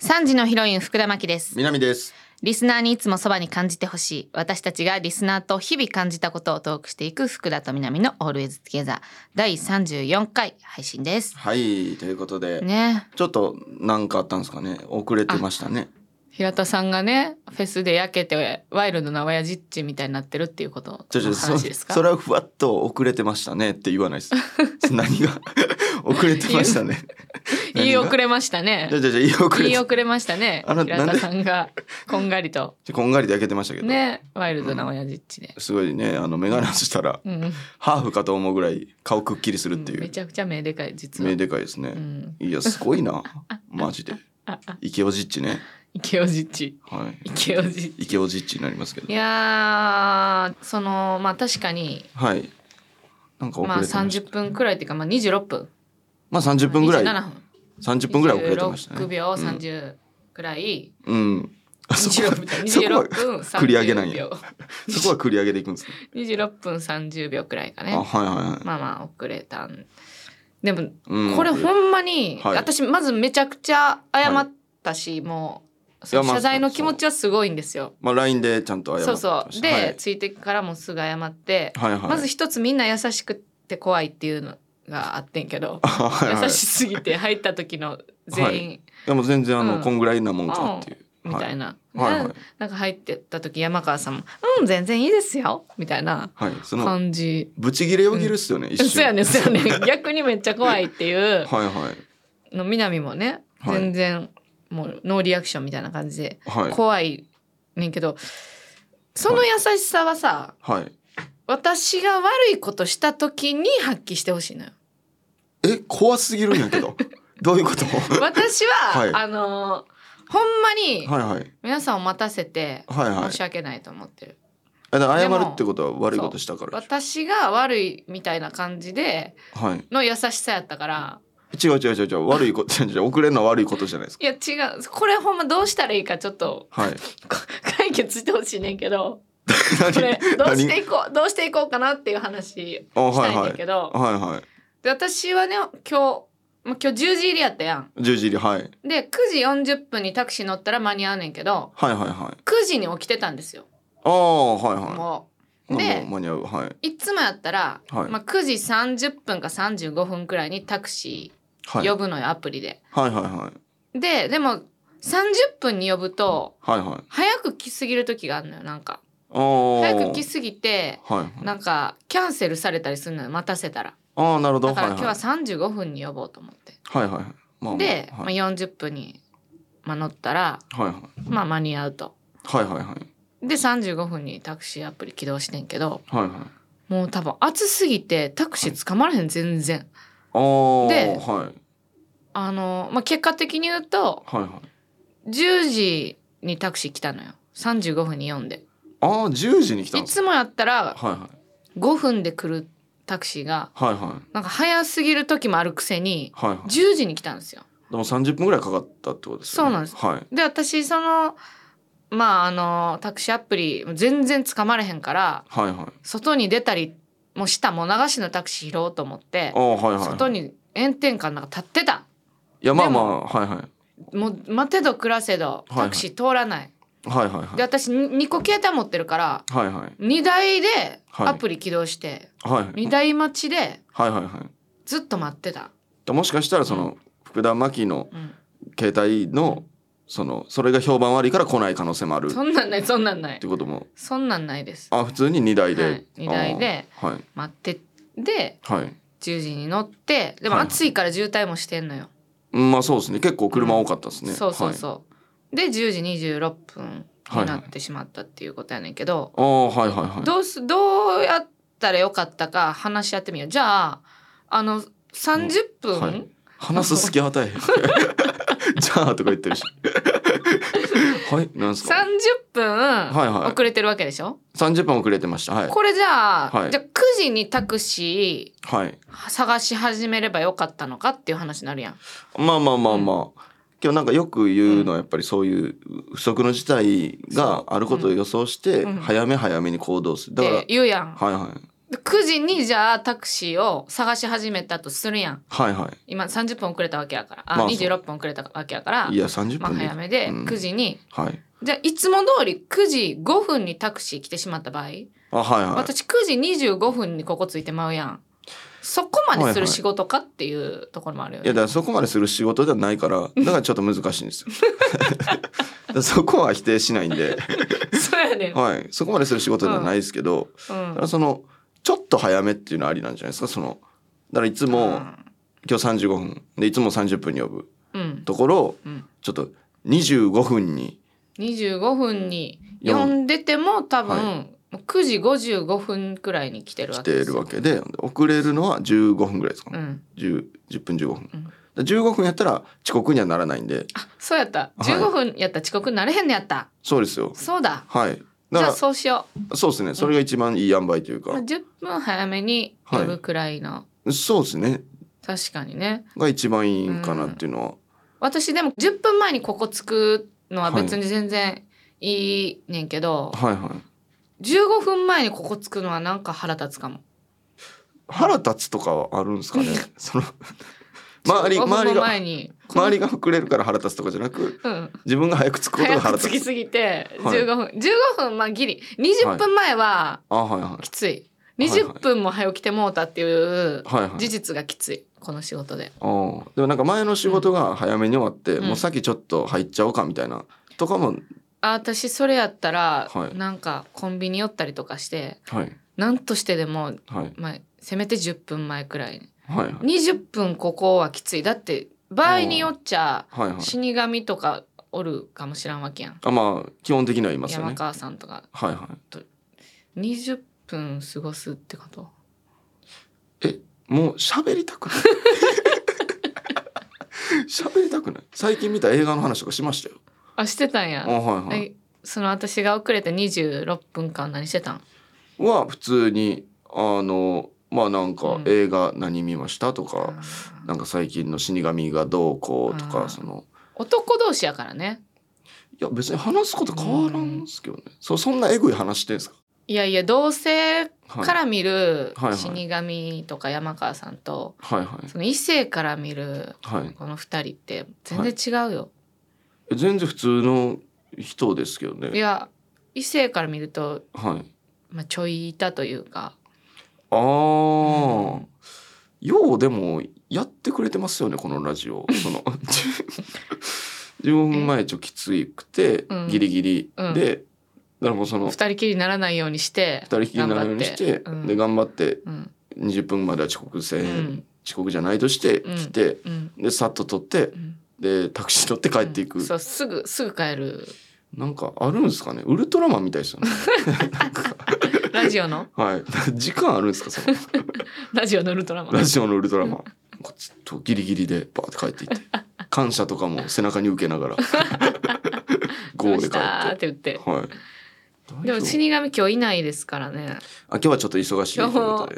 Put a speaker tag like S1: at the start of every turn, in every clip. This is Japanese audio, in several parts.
S1: 3時のヒロイン福田真希です
S2: 南です。
S1: リスナーにいつもそばに感じてほしい私たちがリスナーと日々感じたことをトークしていく福田と南の Always Together 第34回配信です
S2: はい、ということで、
S1: ね
S2: ちょっとなんかあったんですかね。遅れてましたね。
S1: 平田さんがねフェスで焼けてワイルドな親父っちみたいになってるっていうこと
S2: ちょち
S1: の
S2: ょそ
S1: 話ですか
S2: それはふわっと遅れてましたねって言わな いです。何が遅れてましたね。
S1: 言い遅
S2: れ。
S1: れましたね
S2: じゃじゃじゃ言い遅
S1: 言い
S2: れ
S1: 遅れましたね
S2: あな
S1: 平
S2: なん
S1: 田
S2: で
S1: さんがこんがりと
S2: て。こんがりで焼けてましたけど。
S1: ねワイルドな親父っちで、
S2: すごいね、あの眼鏡外したら、
S1: うん
S2: ハーフかと思うぐらい顔くっきりするってい
S1: め
S2: う。
S1: ちゃくちゃ目でかい実は
S2: 目でかいですね
S1: う。ん
S2: いや、すご いな。マジで。
S1: ああ
S2: イケオジッチね。
S1: 池尾じっち
S2: はい。
S1: 池尾じっち
S2: イケオジッチになりますけど
S1: い。やーそのまあ確かに
S2: はい。なんか遅れて
S1: まあ
S2: ました。
S1: 30分くらいっていうか、まあ、26分
S2: まあ30分ぐらい。
S1: 27分
S2: 30分ぐらい遅れてましたね。
S1: 6秒
S2: うん
S1: 30くらい、
S2: うん。あそこは
S1: 26分26分
S2: 繰り上げなん
S1: 30
S2: や
S1: 秒
S2: そこは繰り上げでいくんですね。
S1: 26分30秒くらいかね
S2: あはいはいはい。
S1: まあまあ遅れたんでも
S2: うん、
S1: これ
S2: い
S1: ほんまに、
S2: はい
S1: 私まずめちゃくちゃ謝ったし、もうその
S2: いやまあ
S1: 謝罪の気持ちはすごいんですよ。
S2: まあ LINE でちゃんと謝って
S1: そう
S2: ま
S1: そ
S2: した
S1: うで、
S2: はい
S1: ついてからもすぐ謝って、
S2: はいはい。
S1: まず一つみんな優しくて怖いっていうのがあってんけど、
S2: はいはい
S1: 優しすぎて入った時の全員
S2: でも全然あの、
S1: うん
S2: こんぐらいなもんかっていう。
S1: みたいな、
S2: はいはいはい
S1: ななんか入ってった時山川さんも「うん全然いいですよ」みたいな
S2: はい。その
S1: 感じ。
S2: ブチギレよぎるっすよね、一瞬。
S1: そうやねそうやね 逆にめっちゃ怖いっていう
S2: はいはい
S1: の南もね
S2: はい
S1: 全然もうノーリアクションみたいな感じで
S2: はい
S1: 怖いねんけどその優しさはさ
S2: はい。
S1: 私が悪いことした時に発揮してほしいのよ。
S2: え怖すぎるんやけど。どういうこと？ は
S1: 私は、
S2: はい
S1: あのーほんまに
S2: いはい
S1: 皆さんを待たせて
S2: はいはい
S1: 申し。訳ないと思ってる。
S2: えだから謝
S1: で
S2: る
S1: も
S2: ってことは悪いことしたからでし
S1: 私が悪いみたいな感じで
S2: ょ。はい。
S1: の優しさやったから
S2: 違う違う違う違う悪いこと違う違う遅れるのは悪いことじゃないです
S1: い
S2: か。
S1: や違うこれほんまどうしたらいいかちょっと
S2: はい。
S1: こ解決してほしいねんけど
S2: 何
S1: これどうし
S2: 何
S1: ていこうどうしていこうかなっていう話
S2: あ
S1: し
S2: は
S1: たい
S2: い
S1: ねん
S2: は
S1: だけ
S2: い
S1: ど、
S2: はいは
S1: で私はね今日まあ今日10時入りやったやん。
S2: い十時入りはい
S1: で9時40分にタクシー乗ったら間に合わねんけど
S2: はいはいはい
S1: 9時に起きてたんですよ
S2: ああはいは
S1: も
S2: い。
S1: う。で
S2: もう間に合うはい
S1: いつもやったら、
S2: はい
S1: まあ、9時30分か35分くらいにタクシ
S2: はい
S1: ー呼ぶのよ、アプリで。
S2: はいはいはい
S1: ででも30分に呼ぶと
S2: はいはい。
S1: 早く来すぎる時があるのよなんか
S2: ああ
S1: 早く来すぎて
S2: はいはい。
S1: なんかキャンセルされたりするのよ待たせたら
S2: ああなるほど
S1: だか
S2: はい
S1: ら
S2: は
S1: 今
S2: い
S1: 日は35分に呼ぼうと思って、
S2: はいはいはい。まあまあ
S1: で、
S2: はい
S1: まあ、40分に、まあ、乗ったら、
S2: はいはい
S1: まあ、間に合うと
S2: はいはいはい
S1: で35分にタクシーアプリ起動してんけど
S2: はいはい。
S1: もう多分暑すぎてタクシー捕まらへん全然、
S2: ああはい
S1: で
S2: はい
S1: あの、まあ、結果的に言うと
S2: はい。
S1: 10時にタクシー来たのよ35分に呼んで
S2: ああ十時に来たん
S1: い
S2: です。
S1: つもやったら
S2: はいはい
S1: 5分で来るタクシーが
S2: はいはい
S1: なんか早すぎる時もあるくせに
S2: はいはい。
S1: 10時に来たんですよ。
S2: でも三十分ぐらいかかったってことですよ
S1: そ
S2: ね。
S1: うなんです
S2: はい
S1: で私そのまああのタクシーアプリ全然つかまれへんから
S2: はいはい。
S1: 外に出たりもしたもう流しのタクシー拾おうと思って
S2: ああはいはい。
S1: 外。に炎天下の中立ってた
S2: いやまあま
S1: で
S2: あはいはい
S1: もう待てど暮らせど
S2: はいはい
S1: タクシー通らない、
S2: はいはいはい
S1: で。私2個携帯持ってるから
S2: はいはい
S1: 2台で
S2: はい
S1: アプリ起動して、
S2: はい
S1: 2台待ちで
S2: はいはいはい
S1: ずっと待ってた、
S2: でもしかしたらその福田真紀の
S1: うん、
S2: 携帯のそのそれが評判悪いから来ない可能性もあるっ
S1: そんなんないそんなんない
S2: てことも
S1: そんなんないです
S2: あ普通に2台で、
S1: はい二台で
S2: あーはい
S1: 待ってで
S2: はい
S1: 10時に乗ってでも
S2: はい
S1: 暑いから渋滞もしてんのよ、
S2: うんまあそうですね結構車多かったですね、
S1: そうそう
S2: う
S1: そう、で10時26分になってしまったっていうことやねんけど、
S2: ああはいはいはい
S1: どうすどうやったらよかったか話し合ってみようじゃああの30分、
S2: はい話す隙与えへん じゃあとか言ってるしはいなんですか
S1: 30
S2: はいは
S1: 分
S2: い
S1: 遅れてるわけでしょ、
S2: 30分遅れてましたはい
S1: これじゃあ、
S2: はい
S1: じゃあ9時にタクシ
S2: はい
S1: ー探し始めればよかったのかっていう話になるやん。
S2: まあまあまあまあ、今日なんかよく言うのはやっぱりそういう不測の事態があることを予想して
S1: うんうん
S2: 早め早めに行動するだから、
S1: って言うやん。
S2: はいはい
S1: 9時にじゃあタクシーを探し始めたとするやん
S2: はいは
S1: 今30分遅れたわけやからあ、
S2: まあそう
S1: 26分遅れたわけやから
S2: い。いや、三十
S1: まあ
S2: 分で。
S1: 早めで
S2: うん
S1: 9時に、
S2: はい。
S1: じゃあいつも通り9時5分にタクシー来てしまった場合、
S2: あ、はいはい。
S1: 私9時25分にここ着いてまうやんそこまでする仕事かっていうところもあるよ
S2: いや
S1: ね、
S2: だからそこまでする仕事ではない からだからちょっと難しいんですよだからそこは否定しないんで、
S1: そうやねん、
S2: はい、そこまでする仕事ではないですけど、
S1: うん
S2: だからそのちょっと早めっていうのはありなんじゃないですかそのだからいつも、今日35分でいつも30分に呼ぶ
S1: うん、うん
S2: ところを
S1: うん
S2: ちょっと25分に
S1: 25分に
S2: 四
S1: 呼んでても多分、
S2: は
S1: もう9時55分くらいに来てる
S2: 来
S1: わけ
S2: て
S1: です
S2: る
S1: よ
S2: わけで遅れるのは15分ぐらいですか
S1: う
S2: ね、
S1: ん、
S2: 10, 10分15分、
S1: うん
S2: だから15分やったら遅刻にはならないんで
S1: あそうやった
S2: い
S1: 15分やったら遅刻になれへんのやった
S2: そうですよ
S1: そうだ
S2: はい
S1: じ
S2: だか
S1: ゃあ
S2: ら
S1: そうしよ
S2: そうですねそれが一番いい塩梅という
S1: う、
S2: か
S1: まあ、、10分早めに呼ぶくらいの、
S2: そうですね
S1: 確かにね
S2: が一番いいんかなっていうのは、
S1: 私でも10分前にここ着くのは
S2: はい
S1: 別に全然いいねんけど、
S2: はいはい
S1: 15分前にここ着くのはなんか腹立つかも
S2: 腹立つとかはあるんですかね その周り
S1: 15
S2: 周り
S1: 分
S2: が
S1: 前に
S2: 周りが膨れるから腹立つとかじゃなく
S1: うん
S2: 自分が早く着くことが
S1: 早
S2: 腹
S1: く
S2: 立
S1: 着き
S2: つ
S1: すぎて
S2: はい
S1: 15分、15分まあギリ20分前は
S2: あはいは
S1: きつい、
S2: はいはい
S1: 20分も早起きてもうたっていう
S2: いはいはい
S1: 事実がきついこの仕事で
S2: あーでもなんか前の仕事が早めに終わって、
S1: うん
S2: もう先ちょっと入っちゃおうかみたいなとかも
S1: あ私それやったら、
S2: はい
S1: なんかコンビニ寄ったりとかして
S2: はい
S1: なんとしてでも、
S2: はい
S1: まあ、せめて10分前くらいに
S2: はいはい
S1: 20分ここはきついだって場合によっちゃ
S2: はいはい
S1: 死神とかおるかもしらんわけやん
S2: あまあ基本的には言いますよ
S1: 山
S2: ね
S1: 川さんとか
S2: はいはい
S1: 20分過ごすってこと
S2: えもう喋りたくない 喋りたくない最近見た映画の話とかしましたよ
S1: あしてたんや
S2: あはいはい
S1: えその私が遅れて26分間何してたん
S2: は普通にあのまあなんか
S1: うん
S2: 映画何見ましたとか、なんか最近の死神がどうこうと
S1: あー
S2: かその
S1: 男同士やからね
S2: いや別に話すこと変わらんすけどね、そそんなエグい話してんすか、
S1: いやいや同性
S2: はい、
S1: から見る
S2: はいはい
S1: 死神とか山川さんと
S2: はいは
S1: その異性から見る
S2: いはい
S1: この2人って全然違うよ、
S2: え全然普通の人ですけど
S1: い、
S2: ね
S1: や異性から見ると、
S2: はい
S1: まあ、ちょい板というか
S2: あー、ようでもやってくれてますよねこのラジオその 15分前ちょきついくて、
S1: うん
S2: ギリギリ
S1: う
S2: で、
S1: ん
S2: だからもうその
S1: 2人きりにならないようにして
S2: 二人きりになるようにして
S1: 頑張ってうん
S2: で頑張って
S1: うん
S2: 20分までは遅刻せん、
S1: うん
S2: 遅刻じゃないとして
S1: うん
S2: 来て、
S1: うん
S2: でさっと取って
S1: うん
S2: でタクシー取って帰っていく、
S1: そうすぐすぐ帰る
S2: なんかあるんですかねウルトラマンみたいですよねなんか
S1: ラジオ の
S2: はい時間あるんですかその
S1: ラジオのウルトラマン
S2: ラジオのウルトラマンこっちとギリギリでバーって帰 っていって感謝とかも背中に受けながらゴ
S1: ど
S2: ーで帰
S1: うしたーっ
S2: っ
S1: てて言って
S2: はい
S1: でも死
S2: あ
S1: 神今日いないですからね
S2: 今日はちょっと忙しいということ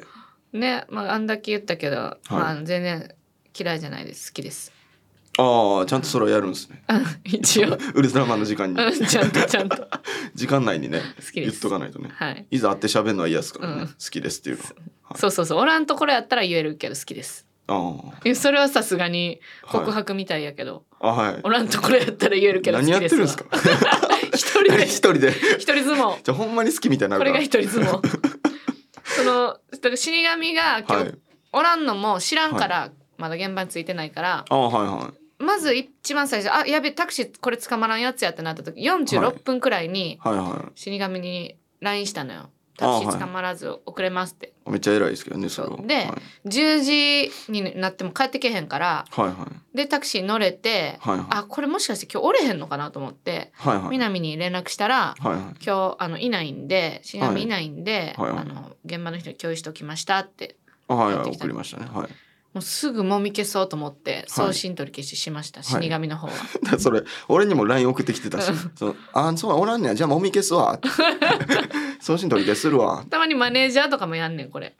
S2: で
S1: ねまああんだけ言ったけど、まああの全然嫌いじゃないです好きです
S2: ああちゃんとそれをやるんですね
S1: うん一応
S2: ウルトラマンの時間に
S1: うん ちゃんとちゃんと好
S2: 時間内にね
S1: き
S2: 言
S1: で
S2: っ
S1: す
S2: とかないとね
S1: はい
S2: いざ会って喋るのは嫌ですからね、
S1: うん
S2: 好きですっていうのはい
S1: そうそうそうおらんところやったら言えるけど好きです
S2: は
S1: えそれはさすがに
S2: あー
S1: 告
S2: はい
S1: 白みたいやけど、
S2: あはい
S1: おらんところやったら言えるけど好
S2: 何
S1: き
S2: やって
S1: で
S2: る
S1: す
S2: ん
S1: わ
S2: ですか
S1: 一人で
S2: 一人で
S1: 一人相撲
S2: じゃあほんまに好きみたいにな
S1: こ
S2: る
S1: れ
S2: か
S1: が
S2: ら
S1: 一人相 撲そのだから死神が今
S2: は
S1: 日
S2: い
S1: おらんのも知らんから、まだ現場についてないから
S2: あはいは
S1: まず一番最初「あやべタクシーこれ捕まらんやつや」ってなった時46分くらいに
S2: いはいは
S1: 死神に LINE したのよ「タクシー捕まらず遅れます」って、
S2: いめっちゃ偉いですけどねそれは
S1: そうで
S2: はい、
S1: 10時になっても帰ってけへんから
S2: はいはい
S1: でタクシー乗れて、
S2: はいはい
S1: あこれもしかして今日おれへんのかなと思って
S2: はいはい
S1: 南に連絡したら
S2: はいはい
S1: 「今日あのいないんで死神いないんで、
S2: はいはいはい
S1: あの現場の人に共有しておきました」って
S2: あは
S1: 帰
S2: い
S1: っ
S2: は
S1: て
S2: い
S1: きた
S2: 送りましたねはい
S1: もうすぐもみ消そうと思って送信取り消ししました、
S2: はい
S1: 死神の方は。
S2: だからそれ俺にも LINE 送ってきてたし
S1: うん
S2: 「そのあそうおらんねやじゃあもみ消す わ」送信取り消するわ
S1: たまにマネージャーとかもやんねんこ れ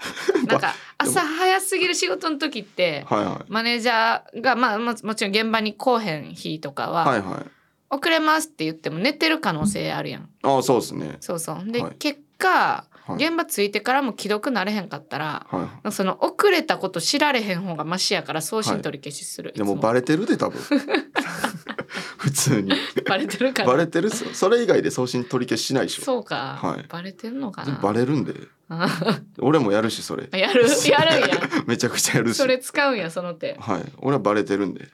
S1: なんか朝早すぎる仕事の時って
S2: はいは
S1: マネージャーがまあももちろん現場に来おへん日とか
S2: いは
S1: はい
S2: はい
S1: 遅れますって言っても寝てる可能性あるやん
S2: あそうですね
S1: そうそうで、
S2: はい
S1: 結果
S2: はい
S1: 現場着いてからも既読なれへんかったら
S2: は
S1: その遅れたこと知られへん方がマシやから送信取り消しする、
S2: い。でも
S1: いつ
S2: バレてるで 多分。普通に。
S1: バレてるから
S2: バレてるっすよ。それ以外で送信取り消ししないでしょ。
S1: そうか、
S2: はい
S1: バレてんのかな
S2: バレるんで。俺もやるし それ。
S1: やるやるんや
S2: めちゃくちゃやるし
S1: そ。れ使うんやその手
S2: はい。俺はバレてるんで。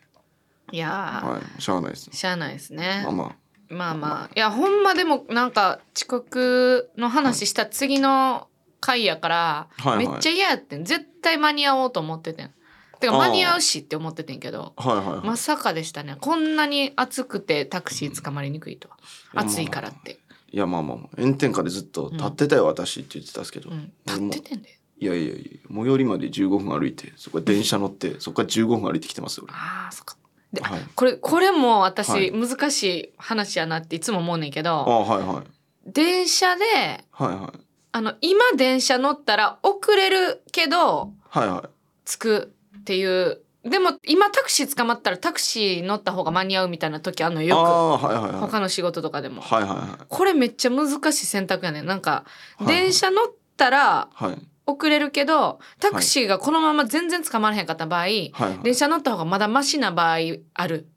S1: いやー、
S2: はい。しゃあないです。
S1: しゃあないですね
S2: まあま
S1: まあまあいやほんまでもなんか遅刻の話した次の回やから、
S2: あ。はいはい。
S1: めっちゃ嫌やってん絶対間に合おうと思っててんてか
S2: あー
S1: 間に合うしって思っててんけど
S2: はいはいはい。
S1: まさかでしたねこんなに暑くてタクシー捕まりにくいとは
S2: やまあ
S1: 暑いからって、
S2: いやまあまあまあ炎天下でずっと立ってたよ、私って言ってたんですけど、
S1: うん、
S2: 俺
S1: 立
S2: も
S1: っててんで
S2: いやいやいや最寄りまで15分歩いてそこから電車乗ってそこから15分歩いてきてますよ
S1: あーそっか
S2: 俺はい
S1: これこれも
S2: は
S1: 私
S2: い
S1: 難しい話やなっていつも思うねんけ
S2: あ
S1: ど、
S2: はいはい
S1: 電車で
S2: はいはい
S1: あの今電車乗ったら遅れるけど
S2: はいは
S1: 着くっていうでも今タクシー捕まったらタクシー乗った方が間に合うみたいな時あんの
S2: いあ
S1: よ
S2: あはいはい
S1: く
S2: はい
S1: 他の仕事とかでも、
S2: はいは
S1: これめっちゃ難しい選択やねんなんか、
S2: はい
S1: 電車乗ったら
S2: いはいはい
S1: 遅れるけどタクシーがこのまま全然捕まらへんかった場合、
S2: はいはい
S1: 電車乗った方がまだマシな場合ある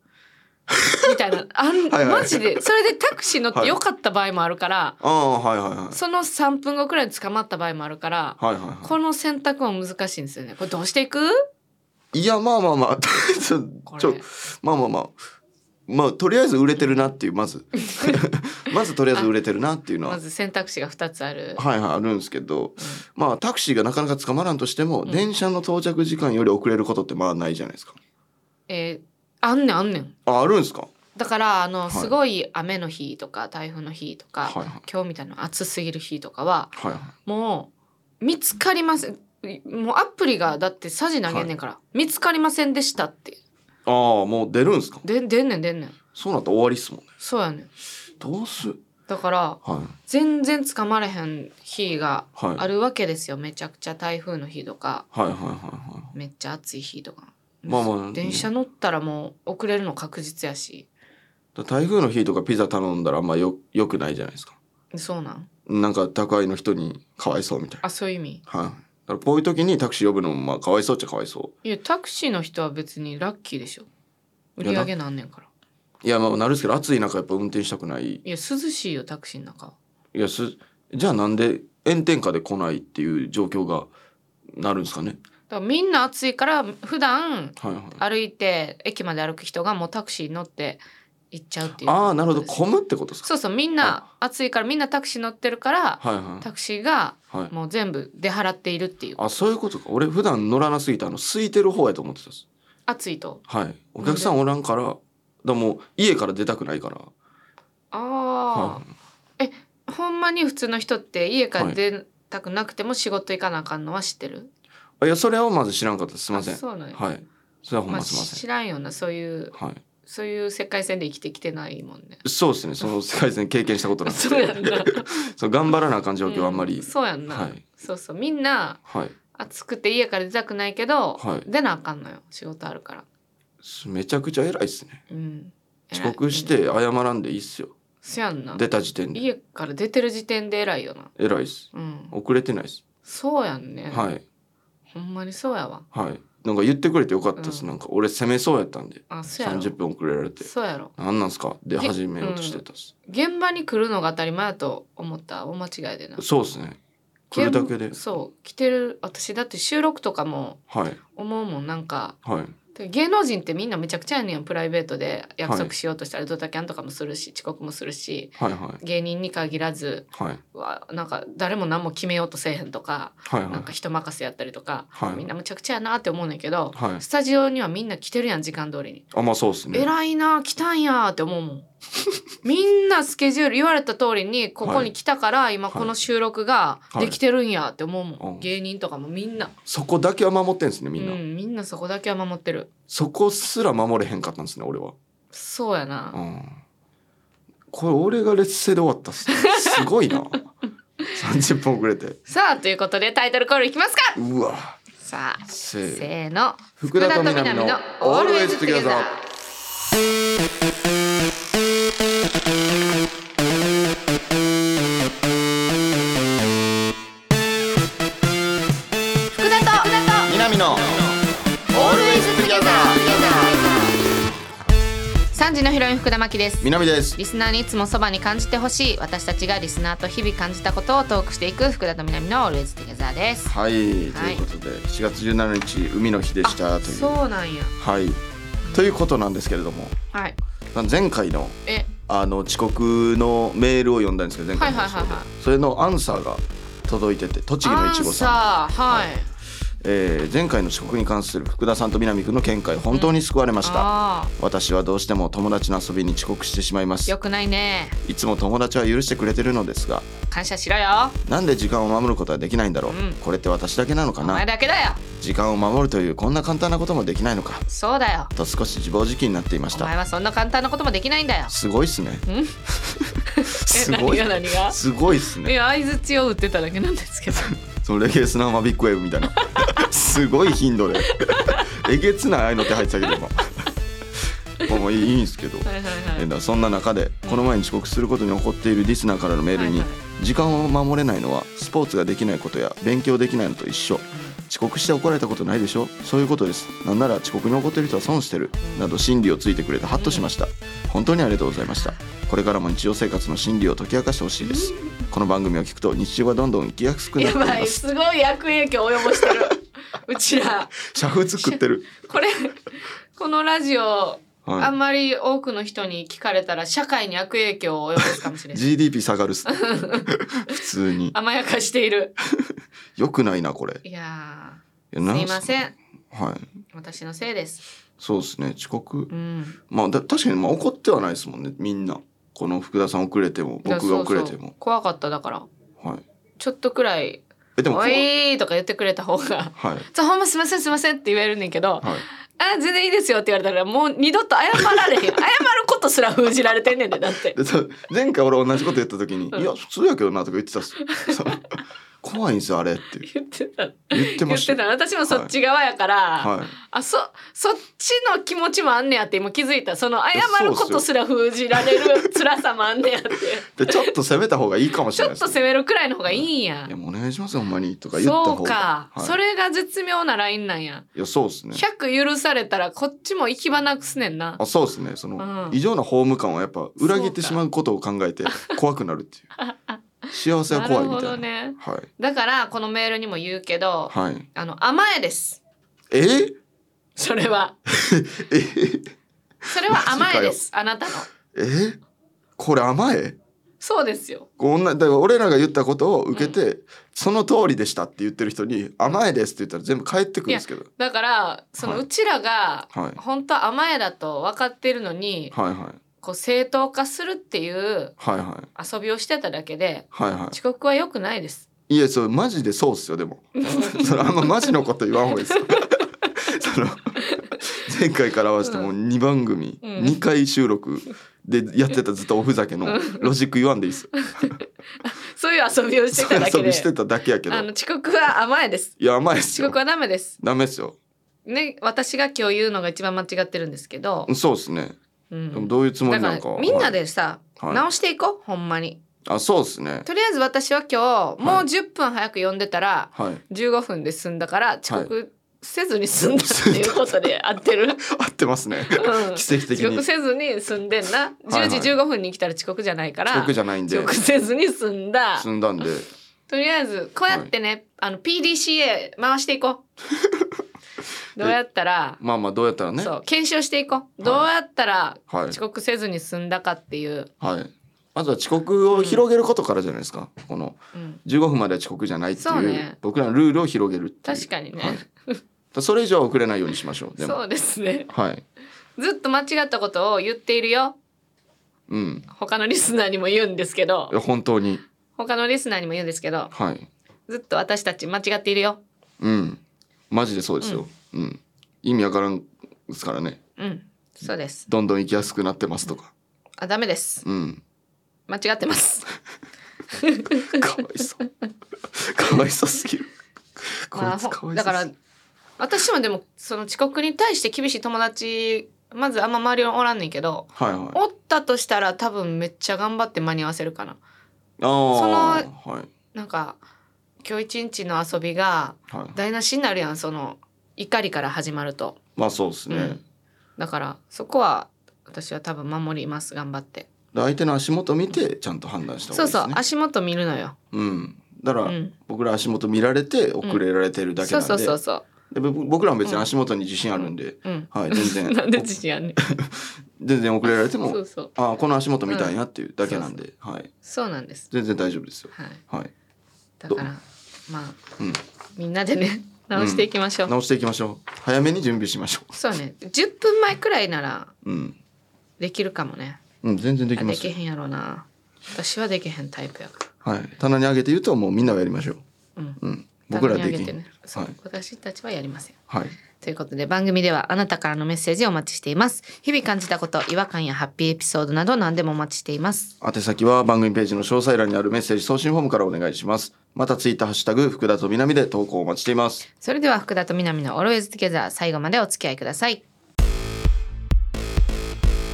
S1: みたいなあん
S2: はいはい
S1: マジでそれでタクシー乗ってよかった場合もあるから、
S2: ああはいはいはい
S1: その3分後くらいに捕まった場合もあるから
S2: はいはいは
S1: この選択も難しいんですよねこれどうしていく
S2: いいやまあまあまあ ちょ
S1: これ
S2: ちょまあまあまあまあとりあえず売れてるなっていう まずまずとりあえず売れてるなっていうのは
S1: まず選択肢が2つある、
S2: はいはいあるんですけど、まあタクシーがなかなか捕まらんとしても、電車の到着時間より遅れることってまあないじゃないですか。
S1: えーあんねんあんねん
S2: ああるんですか。
S1: だからあの、
S2: い
S1: すごい雨の日とか台風の日とか、
S2: はいはい
S1: 今日みたいな暑すぎる日とかは
S2: はいはい。
S1: もう見つかりませんもうアプリがだってサジ投げんねんから、見つかりませんでしたって
S2: ああもう出るんですか。
S1: で出んねん出んねん
S2: そうなったら終わりっすもんね。
S1: そうやねん
S2: どうす。
S1: だから
S2: はい
S1: 全然つかまれへん日が
S2: はい
S1: あるわけですよ、めちゃくちゃ台風の日とか
S2: はいはいはいは
S1: めっちゃ暑い日とか
S2: まあまあ
S1: 電車乗ったらもう遅れるの確実やし
S2: い。台風の日とかピザ頼んだらあんまよよくないじゃないですか。
S1: そうなん
S2: なんか宅配の人にかわいそうみたい
S1: あそういう意味
S2: な。はい。だからこういう時にタクシー呼ぶのもまあかわいそうっちゃかわいそ
S1: いやタクシーの人は別にラッキーでしょ売
S2: い
S1: り
S2: やな
S1: 上げなんねんから
S2: う。いやまあなるんですけど暑い中やっぱ運転したくない
S1: いや涼しいよタクシーの中
S2: いやすじゃあなんで炎天下で来ないっていう状況がなるんですかね。
S1: だからみんな暑いから普段
S2: はいはい。
S1: 歩いて駅まで歩く人がもうタクシーに乗って行っちゃうっていう
S2: ああなるほど
S1: ことです
S2: 混むってことですか。
S1: そうそうみんな暑いからみんなタクシー乗ってるから
S2: はいは
S1: タクシーが
S2: いはい。
S1: もう全部出払っているっていう
S2: あそういうことか。俺普段乗らなすぎてあの空いてる方やと思ってたっす。
S1: 暑いと
S2: はい。お客さんおらんから。だからもう家から出たくないから。
S1: ああ、
S2: は
S1: えほんまに普通の人って家か
S2: は
S1: ら
S2: い
S1: 出たくなくても仕事行かなあかんのは知ってる
S2: い。いやそれをまず知らんかったです。すみません。
S1: あそうなんや
S2: はい。それはほん
S1: まあ
S2: ますみませ。
S1: 知らんようなそういうん
S2: はい。
S1: そういう世界線で生きてきてないもんね
S2: そうですね。その世界線経験したことなく
S1: そうやん
S2: て、
S1: な
S2: そう頑張らなあかん状況はあんまり。
S1: うそうやんな、
S2: はい
S1: そうそうみんな
S2: はい。
S1: 暑くて家から出たくないけど、
S2: はい
S1: 出なあかんのよ仕事あるから
S2: めちゃくちゃ偉いですね。
S1: うん
S2: 遅刻し
S1: 偉い
S2: て謝らんでいいっすよ。
S1: そうやんな
S2: 出た時点で。
S1: 家から出てる時点で偉いよな
S2: 偉いです。
S1: うん
S2: 遅れてないです。
S1: そうやんね、
S2: はい。
S1: ほんまにそうやわ
S2: はい。なんか言ってくれてよかったです。
S1: うん
S2: なんか俺攻めそうやったんで。
S1: あそうや
S2: 三十
S1: ろ
S2: 分遅れられて。
S1: そうやろ
S2: なんなんすかで
S1: げ
S2: 始めようとしてたっす。
S1: 現場に来るのが当たり前やと思ったお間違いでな
S2: そうですね。来るだけで
S1: 現。そう来てる私だって収録とかも
S2: はい。
S1: 思うもんなんか
S2: はい。
S1: てか芸能人ってみんなめちゃくちゃやねんプライベートで約束しようとしたらドタキャンとかもするし遅刻もするし
S2: はいは
S1: 芸人に限らず
S2: い。はい。
S1: はなんか誰も何も決めようとせえへんとか
S2: はいは
S1: なん
S2: い
S1: か。人任せやったりとか、
S2: はい
S1: みんなむちゃくちゃやなって思うねんけど、
S2: はい
S1: スタジオにはみんな来てるやん時間通りに。
S2: あ、まあそうですね。
S1: 偉いな来たんやって思うもん みんなスケジュール言われた通りにここに来たから、今この収録ができてるんやって思うもん、
S2: はいうん
S1: 芸人とかもみんな
S2: そこだけは守ってんですね、みんな。
S1: うん、みんなそこだけは守ってる
S2: そこすら守れへんかったんですね、俺は。
S1: そうやな、
S2: うん。これ俺が劣勢で終わったっすね。すごいな。 三十分遅れて。
S1: さあということでタイトルコールいきますか
S2: うわ。
S1: さあ
S2: せー
S1: せーの
S2: 福田と南のオールウェイズトゥギャザー
S1: 3時のヒロイン福田真希です
S2: 南です
S1: リスナーにいつもそばに感じてほしい私たちがリスナーと日々感じたことをトークしていく福田と南の Always Together です
S2: はい、ということで7月17日海の日でしたという
S1: そうなんや
S2: はいということなんですけれども
S1: はい
S2: 前回の
S1: え
S2: あの遅刻のメールを読んだんですけど前回の放送で、
S1: はいはいはいは
S2: それのアンサーが届いてて栃木のいちごさん
S1: アンサーはい、
S2: はいえー前回の遅刻に関する福田さんと南くんの見解本当に救われました、
S1: あ
S2: 私はどうしても友達の遊びに遅刻してしまいま
S1: ー
S2: す
S1: よくないね
S2: いつも友達は許してくれてるのですが
S1: 感謝しろよ
S2: なんで時間を守ることはできないんだろう、
S1: うん
S2: これって私だけなのか
S1: お前
S2: な
S1: だけだよ
S2: 時間を守るというこんな簡単なこともできないのか
S1: そうだよ
S2: と少し自暴自棄になっていまし
S1: お前
S2: た
S1: はそんな簡単なこともできないんだよ
S2: すごいっすね
S1: ん
S2: すごい
S1: え何が何が
S2: すごいっすね
S1: いや相槌を打ってただけなんです けど
S2: そのレゲエスナーマビッグウェーブみた いなすごい頻度でえげつないああいうのって入ってたけど 今まあまあいいいいんですけど
S1: はいはい
S2: え
S1: は
S2: ー
S1: い
S2: だそんな中でこの前に遅刻することに起こっているリスナーからのメールに
S1: はいは
S2: 時間を守れないのはスポーツができないことや勉強できないのと一緒遅刻して怒られたことないでしょそういうことですなんなら遅刻に怒ってる人は損してるなど真理をついてくれてハッとしました本当にありがとうございましたこれからも日常生活の真理を解き明かしてほしいですこの番組を聞くと日常がどんどん生きやすくなっ
S1: や
S2: ていま
S1: ばい
S2: す
S1: すごい悪影響を及ぼして るうちら
S2: 煮沸食ってる
S1: これこのラジオ、
S2: はい
S1: あんまり多くの人に聞かれたら社会に悪影響を及ぼすかもしれない
S2: GDP 下 がるっす普通に
S1: 甘やかしている
S2: 良くないなこれ
S1: いや
S2: す
S1: ーすいません
S2: はい
S1: 私のせいです
S2: そうですね遅刻
S1: うん
S2: まあだ確かにまあ怒ってはないですもんねみんなこの福田さん遅れても
S1: いや
S2: 僕が遅れて
S1: そうそう
S2: も
S1: 怖かっただから
S2: はい
S1: ちょっとくらい「
S2: えでもこ
S1: お
S2: うはい
S1: い!」とか言ってくれた方が
S2: はい
S1: 「じゃほんますいませんすいません」って言えるねんけど「
S2: はい
S1: あ全然いいですよ」って言われたらもう二度と謝ら れへん謝ることすら封じられてんねんでだって
S2: でそう前回俺同じこと言った時に「
S1: うん
S2: いや普通やけどな」とか言ってたっす そう怖いんですよあれって
S1: 言ってた
S2: 言って
S1: 言
S2: ま
S1: っ
S2: した
S1: てた私もそっち側やから、
S2: はい
S1: あそそっちの気持ちもあんねやって今気づいたその謝ることすら封じられる辛さもあんねやっ て
S2: でちょっと攻めた方がいいかもし
S1: ち
S2: れ
S1: ょ
S2: ない
S1: っ
S2: で
S1: と
S2: す
S1: 攻めるくらいの方がいいんや
S2: いやもうお願いしますよほんまにとか言った
S1: そ
S2: 方
S1: うか
S2: が、はい
S1: それが絶妙なラインなんや
S2: いやそうですね
S1: 100許されたらこっちも行き場なくすねんな
S2: あそうですねその、
S1: うん
S2: 異常なホーム感はやっぱ裏切ってしまうことを考えて怖くなるって いう幸せは
S1: な
S2: 怖い
S1: る
S2: み
S1: ほ
S2: たいな
S1: どね
S2: はい
S1: だからこのメールにも言うけど、
S2: はい
S1: あの甘えです
S2: え
S1: それは
S2: え
S1: それは甘えですあなたの
S2: えこれ甘え
S1: そうですよ
S2: こんなだから俺らが言ったことを受けて、その通りでしたって言ってる人に「甘えです」って言ったら全部返ってくるんですけど
S1: だからその
S2: はいう
S1: ちらが
S2: はい
S1: 本当は甘えだと分かってるのに、
S2: はいはい
S1: こう正当化するっていう
S2: はいはい
S1: 遊びをしてただけで
S2: はいは
S1: 遅刻は良くないです。
S2: いいやそれマジでそうっすよでもそれあんまマジのこと言わんほうがいいっ すよその前回から合わせてもう2番組、
S1: うん
S2: 2回収録でやってたずっとおふざけのロジック言わんでいいっすよ
S1: そういう遊びをして
S2: そう
S1: た
S2: い
S1: だ
S2: う 遊
S1: け
S2: び
S1: で
S2: してただけやけど
S1: あの遅刻は甘えです。
S2: いや甘いっす
S1: 遅
S2: よ
S1: 刻はダメです。
S2: ダメっすよ
S1: ね私が今日言うのが一番間違ってるんですけど、
S2: そうっすね
S1: う
S2: でも
S1: ん、
S2: どういうつも
S1: だ
S2: りなん
S1: か
S2: から
S1: みんなでさ、
S2: はい
S1: 直していこうほんまに。
S2: あそうですね
S1: とりあえず私は今日もう10分早く呼んでたら
S2: はい
S1: 15分で済んだから遅刻せずに済んだっていうことで合ってる。うん
S2: 合ってますね奇跡
S1: 遅
S2: 的に
S1: 刻
S2: 遅
S1: せずに済んでんな10時15分に来たら遅刻じゃないから、
S2: 刻じゃないんで
S1: 遅刻せずに済んだ
S2: 済んだんで
S1: とりあえずこうやってね、あの PDCA 回していこ うどうやったら、
S2: まあまあどうやったらね
S1: そう検証していこう、どうやったら
S2: はい
S1: 遅刻せずに済んだかっていう、
S2: はいまずは遅刻を広げることからじゃないですか、この
S1: うん、
S2: 15分までは遅刻じゃないって
S1: そう
S2: いう
S1: ね
S2: 僕らのルールを広げるっていう
S1: 確かにね
S2: はいだそれ以上は遅れないようにしましょうでも
S1: そうですね
S2: はい
S1: ずっと間違ったことを言っているよ
S2: うん
S1: 他のリスナーにも言うんですけど
S2: いや本当に
S1: 他のリスナーにも言うんですけど
S2: はい
S1: ずっと私たち間違っているよ
S2: うんマジでそうですようん、意味わからんですからね
S1: うんそうです
S2: どんどん行きやすくなってますとか
S1: あダメです
S2: うん
S1: 間違ってます
S2: かわいそう かわいそうすぎる こ
S1: まあ
S2: いつか
S1: ほ
S2: わいそうすぎる
S1: だから私もでもその遅刻に対して厳しい友達まずあんま周りにおらんねんけど
S2: はいはい
S1: おったとしたら多分めっちゃ頑張って間に合わせるかな
S2: ああ
S1: の
S2: はい
S1: なんか今日一日の遊びが
S2: はい
S1: 台無しになるやんその怒りから始まると
S2: まあそうですね、
S1: うんだからそこは私は多分守ります頑張って
S2: で相手の足元見てちゃんと判断した方が
S1: そ
S2: いういですね
S1: そう足元見るのよ、
S2: うん、だから、
S1: うん、
S2: 僕ら足元見られて遅れられてるだけ
S1: そう
S2: なんで,、
S1: そうそうそ
S2: で僕僕らも別に足元に自信あるんで、
S1: ううん
S2: はい全然
S1: なんで自信あんねん
S2: 全然遅れられて
S1: そ
S2: も
S1: うそう
S2: あこの足元見たいなっていうだけなんで、はい、
S1: そうなんです
S2: 全然大丈夫ですよ、
S1: はい
S2: はい
S1: だからまあ
S2: うん、
S1: みんなでね直していきましょう、
S2: 直していきましょう早めに準備しましょ
S1: そうね10分前くらいなら
S2: う、うん
S1: できるかもね
S2: うん、全然で
S1: あ
S2: きま
S1: ですき
S2: よ
S1: へんやろうな私はできへんタイプやか
S2: はい、棚に上げて言うともうみんながやりましょう、
S1: らうん
S2: うん、僕ら
S1: 棚に
S2: で
S1: あげ
S2: き
S1: て
S2: ん、
S1: ねそう、
S2: はい
S1: 私たちはやりません
S2: はい
S1: ということで番組ではあなたからのメッセージをお待ちしています日々感じたこと違和感やハッピーエピソードなど何でもお待ちしています
S2: 宛先は番組ページの詳細欄にあるメッセージ送信フォームからお願いしますまたツイッターハッシュタグ福田と南で投稿お待ちしています
S1: それでは福田と南の Always Together 最後までお付き合いください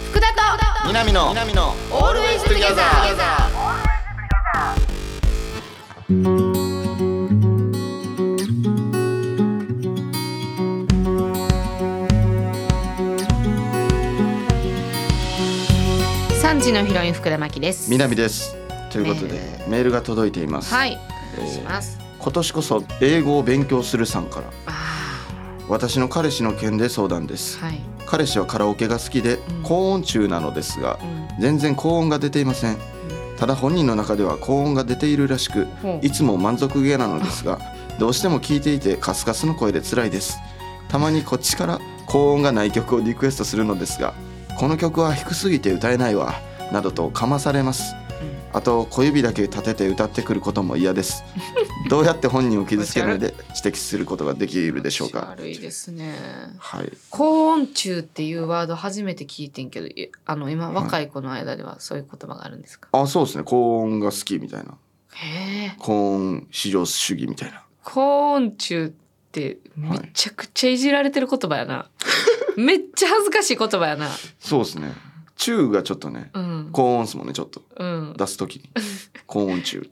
S1: 福田と
S2: 南の南の
S1: Always Together 3時のヒロイン福田真希です
S2: 南ですということで
S1: メー
S2: メールが届いています、
S1: はい
S2: え
S1: お願いし
S2: ー
S1: ます、
S2: 今年こそ英語を勉強するさんから
S1: あ
S2: 私の彼氏の件で相談です
S1: あはい、
S2: 彼氏はカラオケが好きで
S1: ん
S2: 高音中なのですが
S1: うん
S2: 全然高音が出ていませんただ本人の中では高音が出ているらしく
S1: ほう
S2: いつも満足げなのですがどうしても聞いていてカスカスの声で辛いですたまにこっちから高音がない曲をリクエストするのですがこの曲は低すぎて歌えないわなどとかまされます
S1: うん
S2: あと小指だけ立てて歌ってくることも嫌ですどうやって本人を傷つけないで指摘することができるでしょう
S1: 気持
S2: か
S1: ち悪いですね
S2: はい
S1: 高音中っていうワード初めて聞いてんけどいあの今若い子の間ではそういう言葉があるんですか、
S2: あそうですね高音が好きみたいな
S1: へえ
S2: 高音至上主義みたいな
S1: 高音中ってめちゃくちゃいじられてる言葉やな、めっちゃ恥ずかしい言葉やな
S2: そうですね中がちょっとね
S1: うん、
S2: 高音っすもんねちょっと
S1: うん、
S2: 出す時に高音中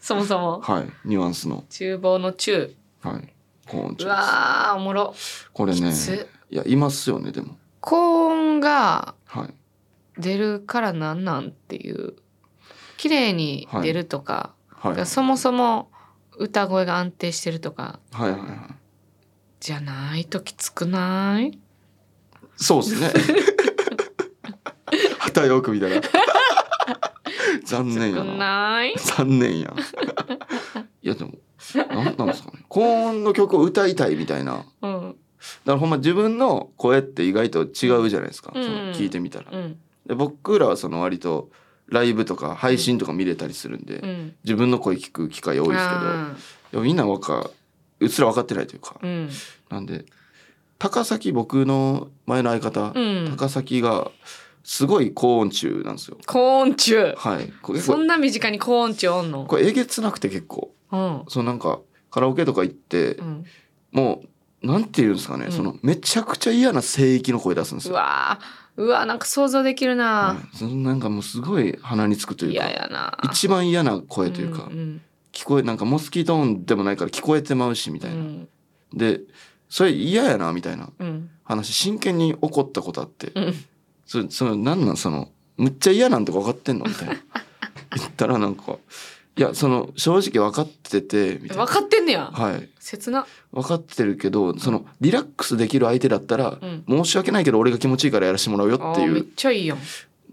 S1: そもそも
S2: はいニュアンスの
S1: 厨房の中
S2: はい。高
S1: う
S2: 音中です
S1: わーおもろ
S2: これね
S1: きつ、
S2: いや、いますよね、でも。
S1: 高音が
S2: はい。
S1: 出るからなんなんっていう綺麗に出るとか、
S2: はい。はい
S1: そもそも歌声が安定してるとか
S2: はいは
S1: じゃないときつくない
S2: い。そうです ね。旗よく見たら。残
S1: つ
S2: 念や
S1: く
S2: な。
S1: ない
S2: 残念や。いや、でも、なんなんですかね。高音の曲を歌いたいみたいな。だか
S1: うん
S2: らほんま自分の声って意外と違うじゃないですか。
S1: うん
S2: その聞いてみたら
S1: う。ん
S2: で僕らはその割とライブとか配信とか見れたりするんで、
S1: うん
S2: 自分の声聞く機会多いですけど。
S1: あ
S2: でもみんな若うっすら分かってないというか、
S1: ーうん
S2: なんで高崎僕の前の相方、
S1: うん
S2: 高崎がすごい高音中なんですよ
S1: 高音中
S2: はいこれ
S1: そんな身近に高音中おんの
S2: これえげつなくて結構
S1: うん
S2: そのなんかカラオケとか行って、
S1: うん
S2: もうなんていうんですかね、
S1: うん
S2: そのめちゃくちゃ嫌な声域の声出すんです
S1: う
S2: よ、
S1: わーうわーなんか想像できる
S2: は、
S1: ない
S2: そのなんかもうすごい鼻につくという
S1: 嫌
S2: か
S1: やな
S2: 一番嫌な声というか、
S1: ん
S2: 聞こえなんかモスキート音でもないから聞こえてまうしみ
S1: う
S2: たいな、
S1: ん
S2: でそれ嫌やなみたいな
S1: うん
S2: 話真剣に怒ったことあって、
S1: うん
S2: そそのなんなんそのむっちゃ嫌なんて分かってんのみた いな言ったらなんかいやその正直分かっててみたい
S1: 分
S2: な
S1: かってんねや
S2: はい
S1: 切な
S2: 分かってるけどそのリラックスできる相手だったら、
S1: うん
S2: 申し訳ないけど俺が気持ちいいからやらしてもらうよ
S1: あ
S2: って
S1: ー
S2: い
S1: めっ
S2: う
S1: ちゃいいやん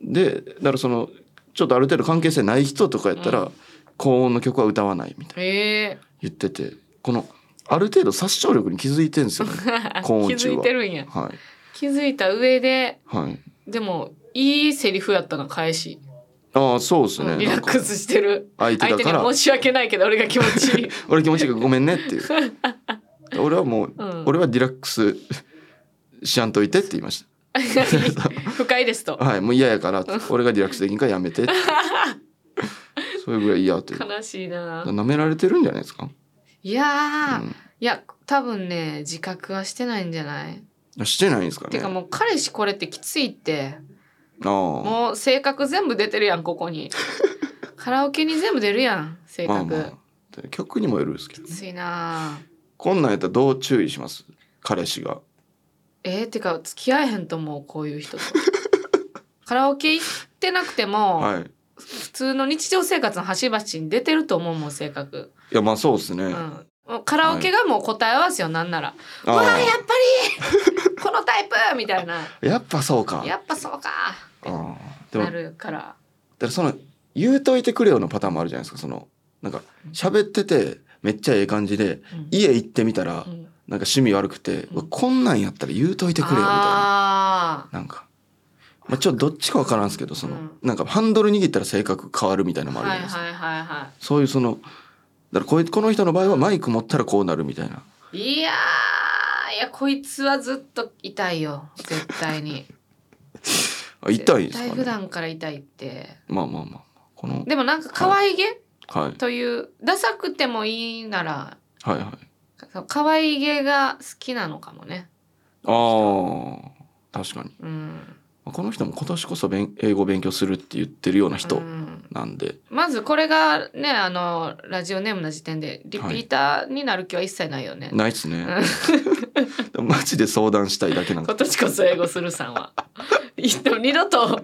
S2: でだからそのちょっとある程度関係性ない人とかやったら、
S1: う
S2: 高音の曲は歌わないみたいな
S1: え
S2: 言っててこのある程度殺傷力に気づいて んですよね
S1: ー
S2: 高
S1: 気
S2: 音中
S1: づ
S2: はい
S1: てるんや
S2: はい
S1: 気づいた上で
S2: はい
S1: でもいいセリフやったな返し、
S2: ああそうですね
S1: リ
S2: な
S1: ラ
S2: ん
S1: ッ
S2: か
S1: クスしてる
S2: 相手
S1: 相
S2: だ
S1: 手
S2: か
S1: に
S2: ら
S1: は申し訳ないけど俺が気持ちいい
S2: 俺気持ちいいからごめんねっていう俺はもう、
S1: うん
S2: 俺はリラックスしやんといてって言いまし
S1: 不快ですと
S2: たはいもう嫌やからって俺がリラックスできんからやめてってそれぐらい嫌という
S1: 悲しいな
S2: 舐められてるんじゃないですか、
S1: いやー、
S2: うん
S1: いや多分ね自覚はしてないんじゃない、
S2: してないんですかね
S1: てかもう彼氏これってきついって
S2: あ
S1: もう性格全部出てるやんここに カラオケに全部出るやん
S2: あ
S1: 性
S2: ま
S1: 格、
S2: あまあ曲にもよるんですけど
S1: きついな
S2: こんなんやったらどう注意します彼氏が
S1: えー、てか付き合えへんと思うこういう人とカラオケ行ってなくても、
S2: はい
S1: 普通の日常生活の端々に出てると思うもん性格、
S2: いやまあそうですね、
S1: う
S2: あ
S1: ん、カラオケがもう答え合わせよなんなら「うわやっ
S2: あ
S1: ぱり このタイプ!」みたいな
S2: やっぱそ
S1: 「
S2: うか
S1: やっぱそうか!」
S2: あーでも
S1: な
S2: だか
S1: るから
S2: らその言うといてくれよのパターンもあるじゃないですかそのなんか喋っててめっちゃええ感じで
S1: うん
S2: 家行ってみたら
S1: うん
S2: なんか趣味悪くて、
S1: うん
S2: こんなんやったら言うといてくれよみたい
S1: あ
S2: ななんか、まあ、ちょっとどっちかわからんすけどその、
S1: うん
S2: なんかハンドル握ったら性格変わるみたいな
S1: ー
S2: のもあるじ
S1: は
S2: ゃ
S1: い
S2: ないですか、
S1: はいはいは
S2: そういうそのだからこいこの人の場合はマイク持ったらこうなるみたいない
S1: いやーいやこいつはずっと痛いよ絶対に
S2: あ 痛いんで
S1: 絶
S2: す
S1: 対
S2: か
S1: 普
S2: ね
S1: 段から痛いって
S2: まあまあまあこの、
S1: でもなんか可愛げ
S2: はい、
S1: というダサくてもいいなら
S2: はいはいあ
S1: そう可愛げが好きなのかもね
S2: あー確かに
S1: うん
S2: まあこの人も今年こそ勉英語勉強するって言ってるような
S1: う
S2: 人
S1: ん
S2: なんで、
S1: まずこれがねあのラジオネームの時点でリピーターになる気は一切ないよね、
S2: ないっすね
S1: う
S2: でもマジで相談したいだけなんか
S1: 今年こそ英語するさんは いやでも二度と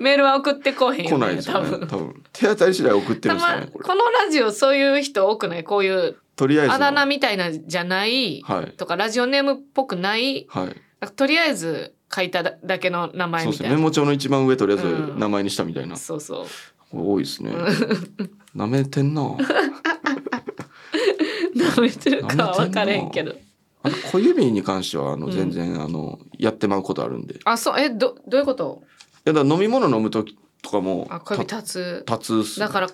S1: メールは送ってこうへんよ、ね、
S2: 来ないですよね
S1: 多
S2: 多分
S1: 分
S2: 手当たり次第送って
S1: た
S2: るんですか
S1: ま
S2: ねこれ
S1: このラジオそういう人多くないこういう
S2: とりあえずの
S1: あだ名みたいなんじゃない
S2: はい
S1: とかラジオネームっぽくない
S2: はい
S1: なんかとりあえず書いただだけの名前
S2: そうで
S1: み
S2: す
S1: た
S2: ね
S1: い
S2: メ
S1: な
S2: モ帳の一番上とりあえず
S1: うん
S2: 名前にしたみたいな、
S1: そうそう
S2: 多いですねなめてんな
S1: 舐めてるかは分からへんけど
S2: あの小指に関してはあ
S1: う
S2: の
S1: ん
S2: 全然、あのやってまうことあるんでい
S1: あそうえどどういうこと
S2: やだから飲み物飲む時とかも
S1: あ小指
S2: た
S1: 立
S2: 立つっ
S1: つ
S2: す
S1: だから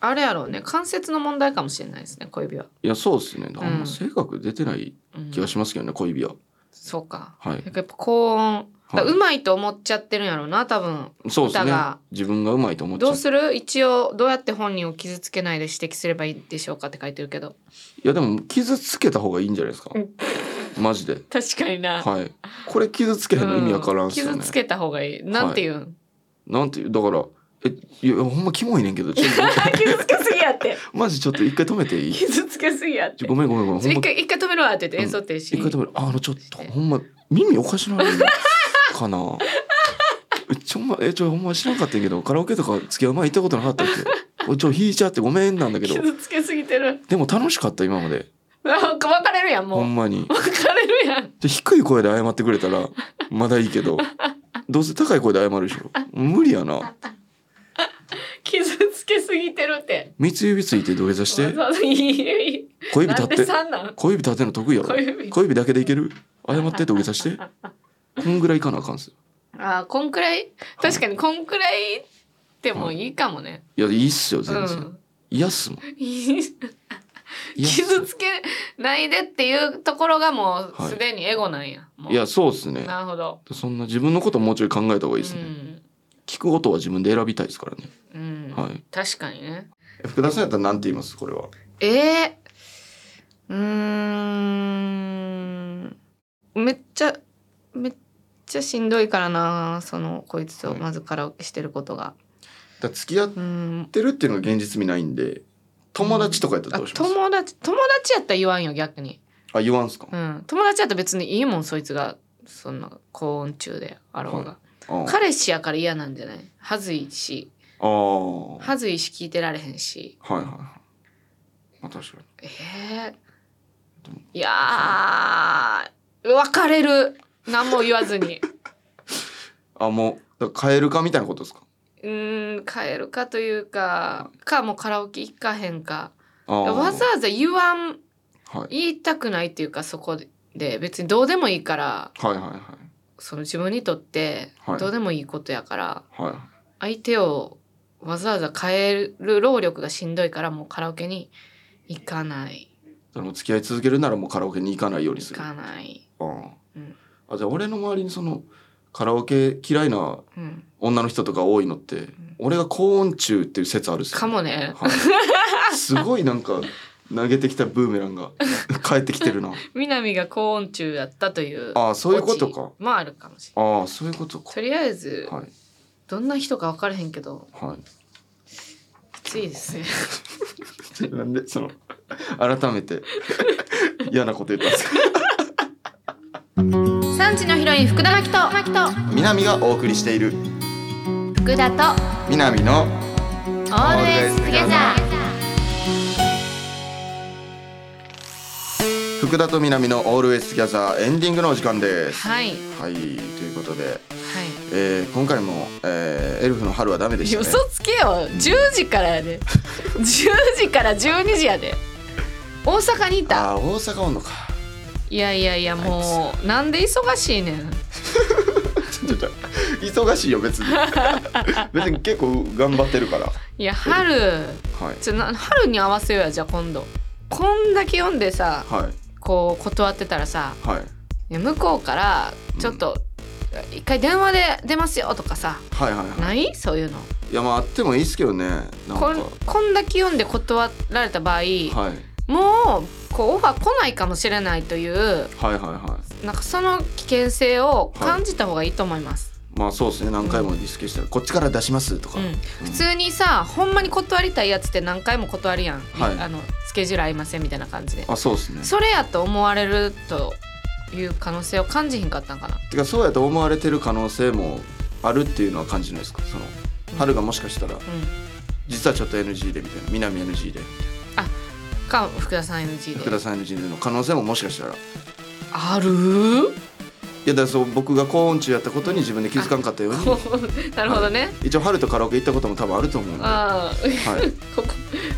S1: あれやろうね関節の問題かもしれないですね小指は、
S2: いやそうですねあん
S1: うん
S2: ま性格出てない
S1: うん
S2: 気がしますけどね、小指は
S1: そうか
S2: はい
S1: やっぱ高音
S2: はいう
S1: まいと思っちゃってるんやろうな多分
S2: そうです
S1: 歌
S2: ね
S1: が
S2: 自分がうまいと思っちゃ
S1: ど
S2: う
S1: うする一応どうやって本人を傷つけないで指摘すればいいでしょうかって書いてるけど
S2: いやでも傷つけた方がいいんじゃないですか
S1: うん
S2: マジで
S1: 確かにな、
S2: はいこれ傷つけへんの意味わからんっすよ
S1: 傷
S2: ね
S1: つけた方がいいなんて言うん、
S2: なんていうだからえいやほんまキモいねんけどちょっと
S1: 傷つけすぎやって
S2: マジちょっと一回止めていいち
S1: 傷つけすぎやって
S2: ょごめんごめんごめんほん
S1: 一
S2: ま
S1: 回一回止めろって言って
S2: うん
S1: 演奏停
S2: 一
S1: 止、
S2: 回止めるああのちょっとほんま耳おかしなるかな えちょほんまえちょほんま知らんかったんやけどカラオケとか付き合う前行ったことなかったっけお ちょ引いちゃってごめんなんだけど
S1: 傷つけすぎてる
S2: でも楽しかった今まで
S1: なんか別れるやんもう
S2: ほんまに
S1: 別れるやん
S2: で低い声で謝ってくれたらまだいいけどどうせ高い声で謝るでしょ無理やな
S1: 傷つけすぎてるって
S2: 三つ指ついて土下 座して
S1: わざわざいいいい
S2: 小指
S1: な
S2: 立
S1: ん
S2: って
S1: で三なん
S2: 小指立てんの得意やろ
S1: 小指
S2: 小指だけでいける謝って土下座してこんぐらいいかなあかんっすよ
S1: あーこんくらい確かにこんくらいでもいいかもね、
S2: いやいいっすよ
S1: う
S2: 全然、
S1: ん
S2: いやっすもん
S1: いい
S2: いやっす
S1: 傷つけないでっていうところがもう
S2: はい
S1: すでにエゴなんや、もう
S2: いやそうですね
S1: なるほど
S2: そんな自分のこともうちょい考えた方がいいですね、
S1: うん
S2: 聞く音は自分で選びたいですからね
S1: うん
S2: はい
S1: 確かにね
S2: 福田さんやったらなんて言いますこれは
S1: えー、うーんめっちゃめっちゃしんどいからなそのこいつと
S2: はい
S1: まずカラオケしてることが、
S2: だ付き合っ
S1: うん
S2: てるっていうのが現実味ないんで友達とかやったら
S1: あ
S2: どうします、
S1: 友達友達やったら言わんよ逆に、
S2: あ言わんすか、
S1: うん、友達やったら別にいいもんそいつがそんな高音中であろうが、
S2: ああ
S1: 彼氏やから嫌なんじゃないはずいし
S2: ああはい
S1: はずいし聞いてられへんし
S2: はいはいまあ確かに
S1: えー、いやー別れる何も言わずに。
S2: あもうだから変えるかみたいなことですか
S1: うーん変えるかというかかもうカラオケ行かへんか
S2: ああ
S1: わざわざ言わん
S2: はい
S1: 言いたくないっていうかそこで別にどうでもいいから
S2: はいはいはい
S1: その自分にとって
S2: はい
S1: どうでもいいことやから、
S2: はい
S1: 相手をわざわざ変える労力がしんどいからもうカラオケに行かない
S2: その付き合い続けるならもうカラオケに行かないようにす
S1: 行
S2: る
S1: か
S2: あ
S1: ない、
S2: あ
S1: うん
S2: あじゃあ俺の周りにそのカラオケ嫌いな
S1: うん、
S2: 女の人とか多いのって、俺が高音中っていう説あるっすよ
S1: かもね
S2: はいすごいなんか投げてきたブーメランが 帰ってきてるな
S1: 南が高音中やったという
S2: ああそういうことか
S1: オチもあるかもしれ
S2: ああそういうこと
S1: ない
S2: か
S1: とりあえず
S2: はい
S1: どんな人か分からへんけど
S2: は
S1: きついです ね
S2: いなんでその改めて嫌なこと言ったんですか
S1: 産地のヒロイン福田真希と
S2: 南がお送りしている
S1: 福田と
S2: 南の
S1: オールエイズトゲザー
S2: 福田と南のオールエスギャザーエンディングのお時間です。
S1: はいはい
S2: はい、ということで、えー今回も、えーエルフの春はダメでした
S1: 嘘
S2: ね。
S1: つけよ10時からや で10時から12時やで大阪にいた
S2: あー大阪おんのか。
S1: いやいやいやもうなんで忙しいねん
S2: ちょっと忙しい よ別に別に結構頑張ってるから
S1: いや春
S2: はい
S1: ちょな春に合わせようやじゃあ今度こんだけ読んでさ
S2: はい
S1: こう断ってたらさ
S2: はい
S1: いや向こうからちょっと一回電話で出ますよとかさ
S2: はいはいは
S1: ないそういうの
S2: いいやまああってもいいですけどねなんか
S1: こ
S2: は
S1: ん
S2: い
S1: こんだけ読んで断られた場合
S2: はい
S1: もうこうオファー来ないかもしれないという
S2: はいは
S1: なんかその危険性を感じた方がいいと思います、
S2: いまあそうですね何回もディスケしたら、こっちから出しますとか、
S1: うん、普通にさほんまに断りたいやつって何回も断るやん、
S2: はい
S1: あのスケジュール合いませんみたいな感じで
S2: あそうですね
S1: それやと思われるという可能性を感じひんかったんかな
S2: てかそうやと思われてる可能性もあるっていうのは感じないですかその春がもしかしたら
S1: うん
S2: 実はちょっと NG でみたいな南 NG で
S1: か福田さん NG で
S2: 福田さん NG での可能性ももしかしたらい
S1: ある
S2: やだからそう僕が高音中やったことに自分で気づかんかったように
S1: なるほどね、
S2: 一応春とカラオケ行ったことも多分あると思うんで、
S1: ああ
S2: は
S1: ここ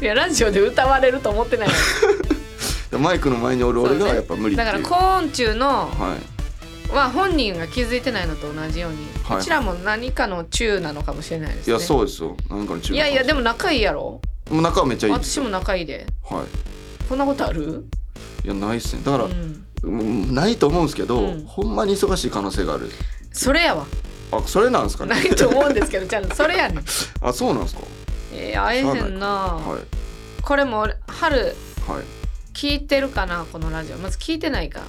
S1: いやラジオで歌われると思ってないわ
S2: い、マイクの前におる俺
S1: そ
S2: が
S1: うね
S2: やっぱ無理って
S1: だ
S2: いう
S1: からコーン中の、
S2: はい
S1: まあ、本人が気づいてないのと同じように、
S2: はいう
S1: ちらも何かの中なのかもしれないです
S2: い
S1: ね
S2: やそうですよなんかの中
S1: いやいやで
S2: も
S1: も仲いいやろ
S2: 仲はめっちゃいいです
S1: 私
S2: よ
S1: も仲いいで
S2: は
S1: こんなことある
S2: いいやないっすねだから
S1: う、ん、
S2: うんないと思うんですけど、
S1: うん
S2: ほんまに忙しい可能性がある
S1: それやわ
S2: あそれなんですかね
S1: ないと思うんですけどじゃあそれやねん
S2: あそうなんですか
S1: えー、会えへんな、
S2: はい
S1: これも春
S2: はい
S1: 聞いてるかなこのラジオまず聞いてないか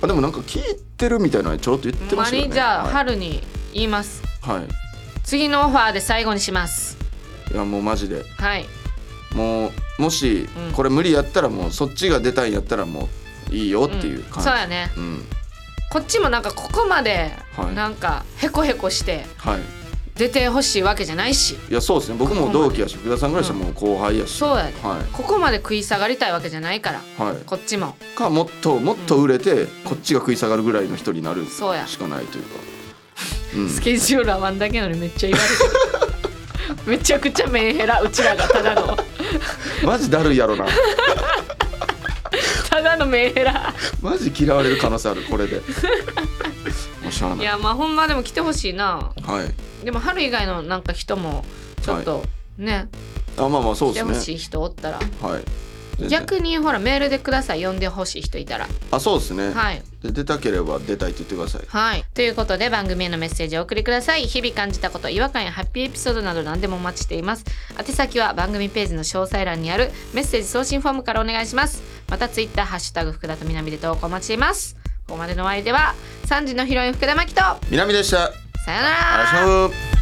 S2: あでもなんか聞いてるみたいなのちょろっと言って
S1: ほん
S2: ま
S1: ま
S2: したよ
S1: に
S2: ね
S1: じゃあ、
S2: はい、
S1: 春に言います
S2: はい、
S1: 次のオファーで最後にします
S2: いやもうマジで
S1: はい
S2: もうもし
S1: うん
S2: これ無理やったらもうそっちが出たいんやったらもういいよってい
S1: う
S2: う
S1: んそう
S2: 感
S1: やね
S2: じうん、
S1: こっちもなんかここまで
S2: はい
S1: なんかへこへこして
S2: はい
S1: 出てほしいわけじゃないし
S2: いやそうですね僕も同期やし福田さんぐらいしたらもう後輩やし、
S1: そうやで
S2: は
S1: ここまで食い下がりたいわけじゃないから
S2: いはい
S1: こっちも
S2: かもっともっと売れて、こっちが食い下がるぐらいの人になるし
S1: そうや
S2: かないというか、うん、
S1: スケジュールはワンだけなのにめっちゃ言われ てるめちゃくちゃメンヘラうちらがただの
S2: マジだるいやろな
S1: ただのメンヘラ
S2: マジ嫌われる可能性ある これでもうしゃあ
S1: い
S2: ない
S1: やまあほんまでも来てほしいな
S2: はい
S1: でも春以外のなんか人もちょっとね、
S2: あまあまあそう
S1: 来て
S2: で
S1: ほ
S2: すね
S1: しい人おったら、
S2: はい全然
S1: 逆にほらメールでください呼んでほしい人いたら
S2: あそうですね、
S1: はい
S2: で出たければ出たいって言ってください
S1: はいということで番組へのメッセージをお送りください日々感じたこと違和感やハッピーエピソードなど何でもお待ちしています宛先は番組ページの詳細欄にあるメッセージ送信フォームからお願いしますまたツイッターハッシュタグ福田と南で投稿お待ちしていますここまでのお相手は3時のヒロイン福田真希と
S2: 南でした
S1: さよな
S2: あ
S1: ら
S2: らしゃー